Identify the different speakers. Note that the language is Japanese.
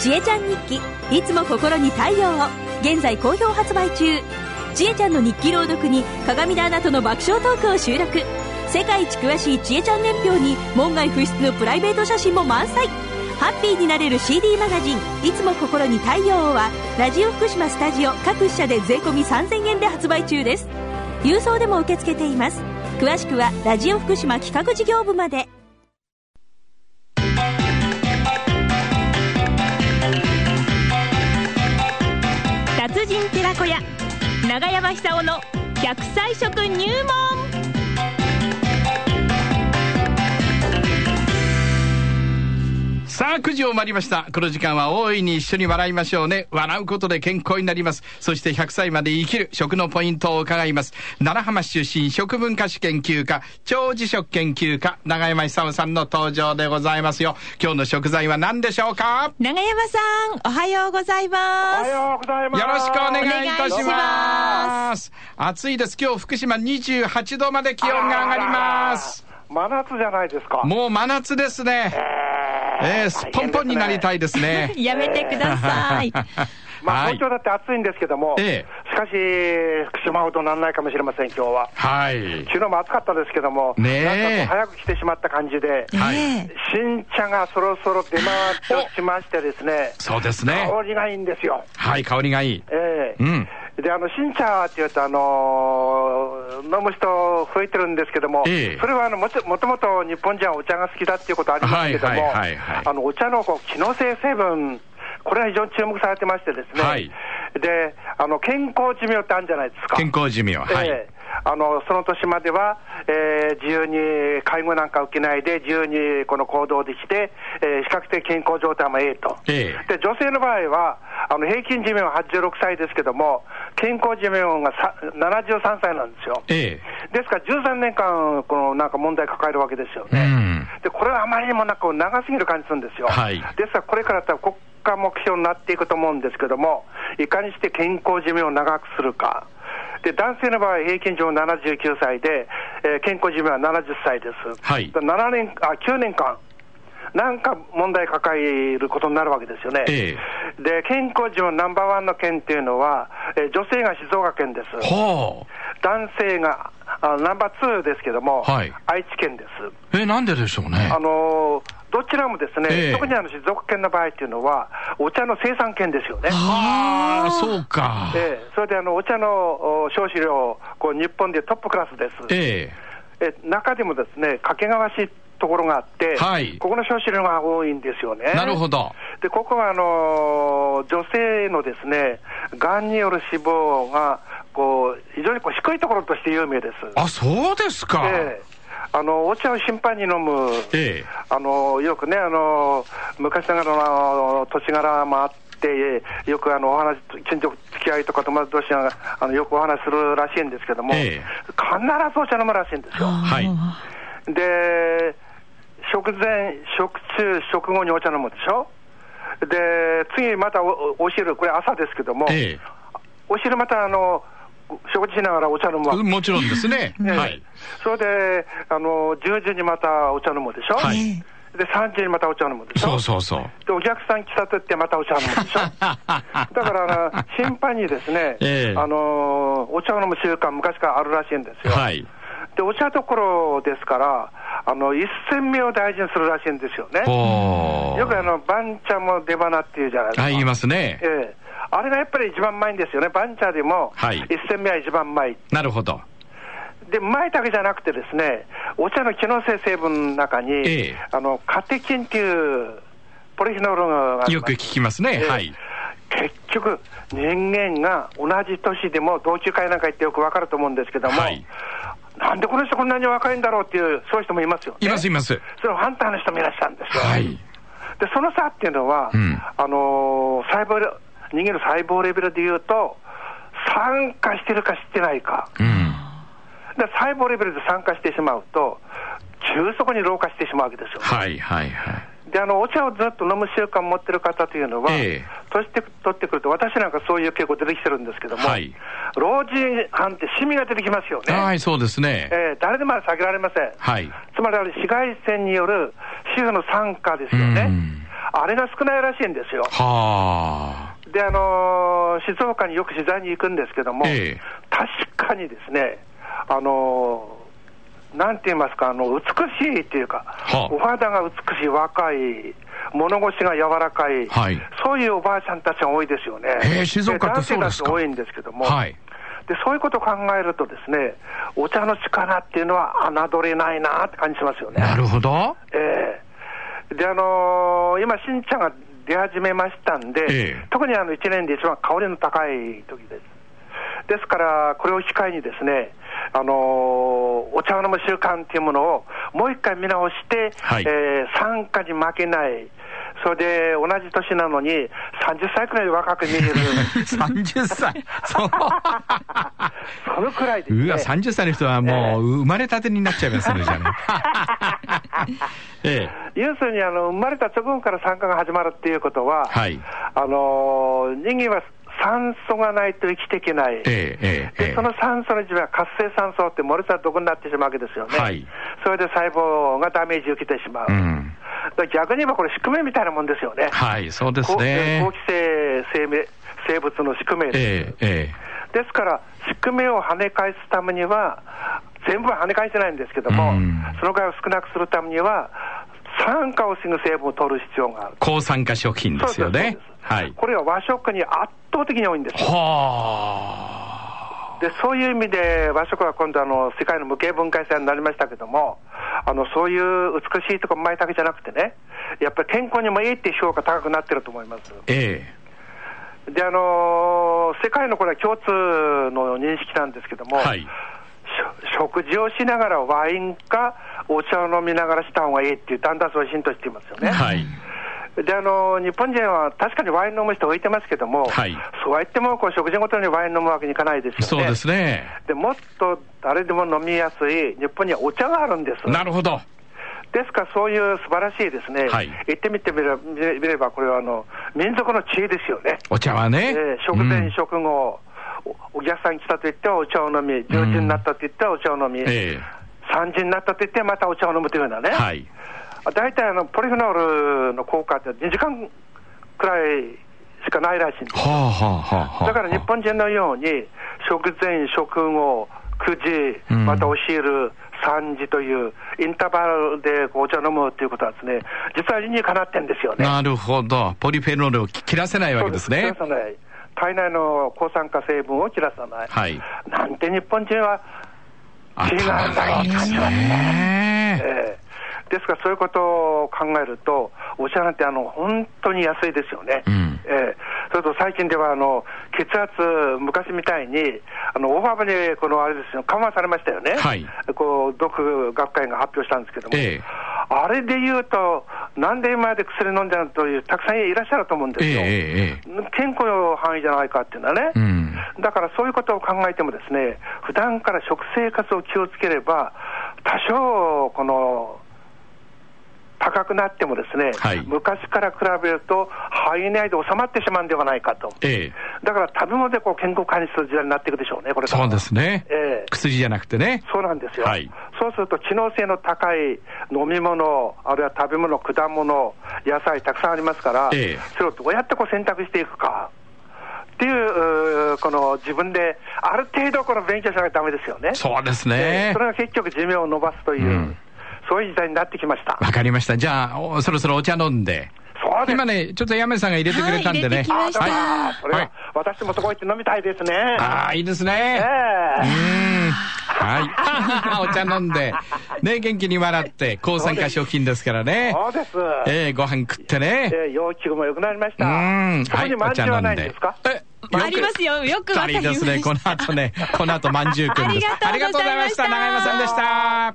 Speaker 1: ちえちゃん日記いつも心に太陽を現在好評発売中ちえちゃんの日記朗読に鏡田アナとの爆笑トークを収録世界一詳しいちえちゃん年表に門外不出のプライベート写真も満載ハッピーになれる CD マガジン「いつも心に太陽を」はラジオ福島スタジオ各社で税込3000円で発売中です郵送でも受け付けています詳しくはラジオ福島企画事業部まで
Speaker 2: 達人寺子屋長山久夫の百歳食入門
Speaker 3: さあ、9時を回りました。この時間は大いに一緒に笑いましょうね。笑うことで健康になります。そして100歳まで生きる食のポイントを伺います。奈良浜市出身食文化史研究家、長寿食研究家、長山久夫さんの登場でございますよ。今日の食材は何でしょうか
Speaker 2: 長山さん、おはようございます。
Speaker 4: おはようございます。
Speaker 3: よろしくお願いいたします暑いです。今日福島28度まで気温が上がります。
Speaker 4: 真夏じゃないですか。
Speaker 3: もう真夏ですね。えー、すっぽんぽんになりたいですね。
Speaker 2: やめてください。
Speaker 4: まあ、東京だって暑いんですけども、
Speaker 3: え
Speaker 4: え、しかし、福島ほどならないかもしれません、今日は。
Speaker 3: はい。
Speaker 4: 昨日も暑かったですけども、
Speaker 3: ね
Speaker 4: なんか早く来てしまった感じで、
Speaker 3: はい、
Speaker 4: 新茶がそろそろ出回ってきましてですね、
Speaker 3: そうですね。
Speaker 4: 香りがいいんですよ。
Speaker 3: はい、香りがいい。
Speaker 4: え
Speaker 3: えうん。
Speaker 4: で、あの、新茶っていうと、あのー、飲む人増えてるんですけども、
Speaker 3: ええ、
Speaker 4: それはあのももともと日本人はお茶が好きだっていうことありますけども、あの、お茶のこう機能性成分、これは非常に注目されてましてですね、
Speaker 3: はい、
Speaker 4: で、あの、健康寿命ってあるんじゃないですか。
Speaker 3: 健康寿命、はい。
Speaker 4: えー、あのその年までは、えー、自由に介護なんか受けないで、自由にこの行動できて、えー、比較的健康状態もええと、
Speaker 3: え
Speaker 4: ー、で女性の場合は、あの平均寿命は86歳ですけども、健康寿命が73歳なんですよ。
Speaker 3: え
Speaker 4: え、ですから13年間、このなんか問題抱えるわけですよね。うん、で、これはあまりにもなんか長すぎる感じするんですよ。
Speaker 3: はい、
Speaker 4: ですから、これから多分国家目標になっていくと思うんですけども、いかにして健康寿命を長くするか。で、男性の場合、平均上79歳で、えー、健康寿命は70歳です。
Speaker 3: はい、
Speaker 4: 7年あ9年間なんか問題抱えることになるわけですよね。
Speaker 3: え
Speaker 4: え、で、健康寿命ナンバーワンの県っていうのは、えー、女性が静岡県です。
Speaker 3: は
Speaker 4: あ、男性があナンバー2ですけども、
Speaker 3: はい、。
Speaker 4: 愛知県です
Speaker 3: え、なんででしょうね。
Speaker 4: あのー、どちらもですね、え、特にあの静岡県の場合っていうのは、お茶の生産県ですよね。
Speaker 3: はあ、そうか。
Speaker 4: ええ、それであのお茶の消費量、こう日本でトップクラスです。
Speaker 3: え
Speaker 4: え、え中でもですね、掛川市ところがあって、
Speaker 3: はい、
Speaker 4: ここの消費量が多いんですよね。
Speaker 3: なるほど。
Speaker 4: で、ここはあの女性のですね、がんによる死亡が、こう、非常にこう低いところとして有名です。
Speaker 3: あ、そうですか。
Speaker 4: ええあのお茶を頻繁に飲む、
Speaker 3: ええ、
Speaker 4: あのよくねあの、昔ながらの土地柄もあって、よくあのお話、近所付き合いとか友達同士があのよくお話するらしいんですけども、
Speaker 3: ええ、
Speaker 4: 必ずお茶飲むらしいんですよ。
Speaker 3: はい、
Speaker 4: で、食前、食中、食後にお茶飲むでしょ、で次、またおお昼、これ、朝ですけども、
Speaker 3: ええ、
Speaker 4: お昼またあの食事しながらお茶飲むわけ
Speaker 3: もちろんですね、
Speaker 4: ね
Speaker 3: はい、
Speaker 4: それであの10時にまたお茶飲むでしょ。
Speaker 3: はい
Speaker 4: で、3時にまたお茶飲むでし。
Speaker 3: ょ。そうそうそう
Speaker 4: で、お客さん喫茶店ってまたお茶飲む でしょ。だからあの、頻繁にですね、
Speaker 3: ええ、
Speaker 4: あの、お茶を飲む習慣、昔からあるらしいんですよ。
Speaker 3: はい。
Speaker 4: で、お茶どころですから、あの、一煎目を大事にするらしいんですよね。よくあの、番茶も出花っていうじゃないですか。
Speaker 3: はい、言いますね。
Speaker 4: ええ。あれがやっぱり一番うまいんですよね。番茶でも、
Speaker 3: はい、
Speaker 4: 一煎目は一番うまい。
Speaker 3: なるほど。
Speaker 4: で、前だけじゃなくてですね、お茶の機能性成分の中に、
Speaker 3: ええ、
Speaker 4: あの、カテキンっていうポリフノールが
Speaker 3: よく聞きますね。はい。
Speaker 4: 結局、人間が同じ年でも同級会なんか行ってよくわかると思うんですけども、
Speaker 3: はい、
Speaker 4: なんでこの人こんなに若いんだろうっていう、そういう人もいますよ、ね、
Speaker 3: います、います。
Speaker 4: その反対の人もいらっしゃるんですよ。
Speaker 3: はい。
Speaker 4: で、その差っていうのは、
Speaker 3: うん、
Speaker 4: あのー、細胞、人間の細胞レベルでいうと、酸化してるかしてないか。
Speaker 3: うん
Speaker 4: で細胞レベルで酸化してしまうと、急速に老化してしまうわけですよ、ね、
Speaker 3: はいはいはい。
Speaker 4: であのお茶をずっと飲む習慣を持ってる方というのは、
Speaker 3: ええ、
Speaker 4: 年取ってくると、私なんかそういう傾向出てきてるんですけども、
Speaker 3: はい、
Speaker 4: 老人斑ってシミが出てきますよね、
Speaker 3: はいそうですね、
Speaker 4: えー、誰でも避けられません、
Speaker 3: はい、
Speaker 4: つまりあれ紫外線による皮膚の酸化ですよね、あれが少ないらしいんですよ。
Speaker 3: はあ。
Speaker 4: で、あのー静岡によく取材に行くんですけども、
Speaker 3: ええ
Speaker 4: 確かにですね、あのーなんて言いますか、あの美しいっていうか、
Speaker 3: はあ
Speaker 4: お肌が美しい、若い、物腰が柔らかい,、
Speaker 3: はい
Speaker 4: そういうおばあちゃんたちが多いですよね。
Speaker 3: へえ静岡ってそうですか
Speaker 4: 男性たちが多いんですけども、
Speaker 3: はい。
Speaker 4: で、そういうことを考えるとですね、お茶の力っていうのは侮れないなって感じしますよね。
Speaker 3: なるほど。
Speaker 4: ええで、あのー今、新茶が出始めましたんで、
Speaker 3: ええ
Speaker 4: 特にあの1年で一番香りの高い時です。ですから、これを機会にですね、あのーお茶を飲む習慣っていうものをもう一回見直して、
Speaker 3: はい
Speaker 4: えー参加に負けない。それで、同じ年なのに、30歳くらい若く見え る。
Speaker 3: 30歳。 そう。
Speaker 4: そのくらいです、ね。
Speaker 3: うわ、30歳の人はもう、生まれたてになっちゃいますね、じゃあ ね。え
Speaker 4: 要するにあの生まれた直後から酸化が始まるっていうことは、
Speaker 3: はい
Speaker 4: あのー人間は酸素がないと生きていけない。
Speaker 3: え、ええ、ええ、え
Speaker 4: でその酸素の一部は活性酸素って漏れた毒になってしまうわけですよね、
Speaker 3: はい
Speaker 4: それで細胞がダメージ受けてしまう、
Speaker 3: え。うん。
Speaker 4: だから逆に言えばこれ、宿命みたいなもんですよね、
Speaker 3: はい、そうです
Speaker 4: こうえー
Speaker 3: ね
Speaker 4: 好。奇性生命生物の宿命です、
Speaker 3: ええ、え
Speaker 4: ですから、宿命を跳ね返すためには、全部は跳ね返せないんですけど
Speaker 3: う
Speaker 4: も、
Speaker 3: ん
Speaker 4: その害を少なくするためには、酸化を防ぐ成分を取る必要がある
Speaker 3: え。。抗酸化食品ですよ
Speaker 4: そう
Speaker 3: ね
Speaker 4: です。
Speaker 3: はい。
Speaker 4: これは和食に圧倒的に多いんですよ。
Speaker 3: はあ。
Speaker 4: で、そういう意味で、和食は今度あの、世界の無形文化遺産になりましたけども、あの、そういう美しいとこ前だけじゃなくてね、やっぱり健康にもいいっていう評価高くなってると思います。
Speaker 3: え
Speaker 4: で、あのー世界のこれは共通の認識なんですけど
Speaker 3: え。
Speaker 4: も、
Speaker 3: はい。
Speaker 4: しょ食事をしながらワインかお茶を飲みながらした方がいいっていう、だんだんそう浸透していますよね。
Speaker 3: はい。
Speaker 4: であの日本人は確かにワイン飲む人置いてますけども、
Speaker 3: はい
Speaker 4: そうは言ってもこう食事ごとにワイン飲むわけにいかないです
Speaker 3: そ
Speaker 4: よ
Speaker 3: う
Speaker 4: ね。
Speaker 3: ですね。
Speaker 4: でもっと誰でも飲みやすい日本にはお茶があるんです。
Speaker 3: なるほど。
Speaker 4: ですからそういう素晴らしいですね、
Speaker 3: はい
Speaker 4: 言ってみてみれ見れ見れば、これはあの民族の知恵ですよね。
Speaker 3: お茶はね。
Speaker 4: えー食
Speaker 3: う
Speaker 4: 前
Speaker 3: ん、
Speaker 4: 食後、おお客さんに来たと言ってはお茶を飲み、10時になったと言ってはお茶を飲み、
Speaker 3: え
Speaker 4: 3時になったと言ってまたお茶を飲むというようなね。
Speaker 3: え。はい。
Speaker 4: 大体あのポリフェノールの効果って2時間くらいしかないらしいんです
Speaker 3: はあ、はあ、はあ、はあ。
Speaker 4: だから日本人のように食前食後9時
Speaker 3: うん
Speaker 4: またお昼3時というインターバルでこうお茶を飲むっていうことはですね実は理にかなってんですよね
Speaker 3: なるほど。ポリフェノールを切らせないわけですね
Speaker 4: 切。らさない体内の抗酸化成分を切らさない、
Speaker 3: はい。
Speaker 4: なんて日本人は切らない
Speaker 3: 頭いいですね。
Speaker 4: ええですから、そういうことを考えると、お茶なんてあの本当に安いですよね。
Speaker 3: うん
Speaker 4: ええそれと最近ではあの血圧、昔みたいに、あの大幅にこのあれですよ緩和されましたよね、
Speaker 3: はい
Speaker 4: こう毒学会が発表したんですけども、
Speaker 3: ええ
Speaker 4: あれで言うと、なんで今まで薬飲んでるという、たくさんいらっしゃると思うんです
Speaker 3: ええ
Speaker 4: よ、
Speaker 3: ええ、ええ。
Speaker 4: 健康の範囲じゃないかっていうのはね。
Speaker 3: うん。
Speaker 4: だからそういうことを考えてもですね、普段から食生活を気をつければ、多少、この、高くなってもですね、
Speaker 3: はい
Speaker 4: 昔から比べると肺内で収まってしまうんではないかと。
Speaker 3: ええ。
Speaker 4: だから食べ物でこう健康管理する時代になっていくでしょうね、これから
Speaker 3: そうですね。
Speaker 4: ええ
Speaker 3: 薬じゃなくてね。
Speaker 4: そうなんですよ、
Speaker 3: はい
Speaker 4: そうすると、機能性の高い飲み物、あるいは食べ物、果物、野菜、たくさんありますから、
Speaker 3: ええ
Speaker 4: それをどうやってこう選択していくかっていう、うーこの自分である程度この勉強しなきゃだめですよね。
Speaker 3: そうです
Speaker 4: で
Speaker 3: ね
Speaker 4: そ。れが結局、寿命を伸ばすという、
Speaker 3: うん
Speaker 4: そういう時代になってきました。
Speaker 3: わかりました。じゃあ、おそろそろお茶飲んで。
Speaker 4: そうです
Speaker 3: 今ね、ちょっとやめさんが入れてくれたんで
Speaker 2: はい入れ
Speaker 3: ね。
Speaker 2: てきました
Speaker 3: は
Speaker 4: あそれは、
Speaker 3: はい
Speaker 4: 私もそこ行って飲みたいですね。
Speaker 3: いああ、いいですね。
Speaker 4: ええ
Speaker 3: うんはい。お 茶飲んで、ね、元気に笑って、抗酸化食品ですからね。
Speaker 4: そうです。
Speaker 3: えー、ご飯食ってね。
Speaker 4: ええ陽気も良くなりまし
Speaker 3: う
Speaker 4: た。
Speaker 3: ん。
Speaker 4: そこにまんじゅうはないんですか、
Speaker 3: え、
Speaker 2: ありますよよくわかりました
Speaker 3: 二人ですね。この後ね、この後まんじゅうくんです。
Speaker 2: ありがとうございました
Speaker 3: ありがとうございました。長山さんでした。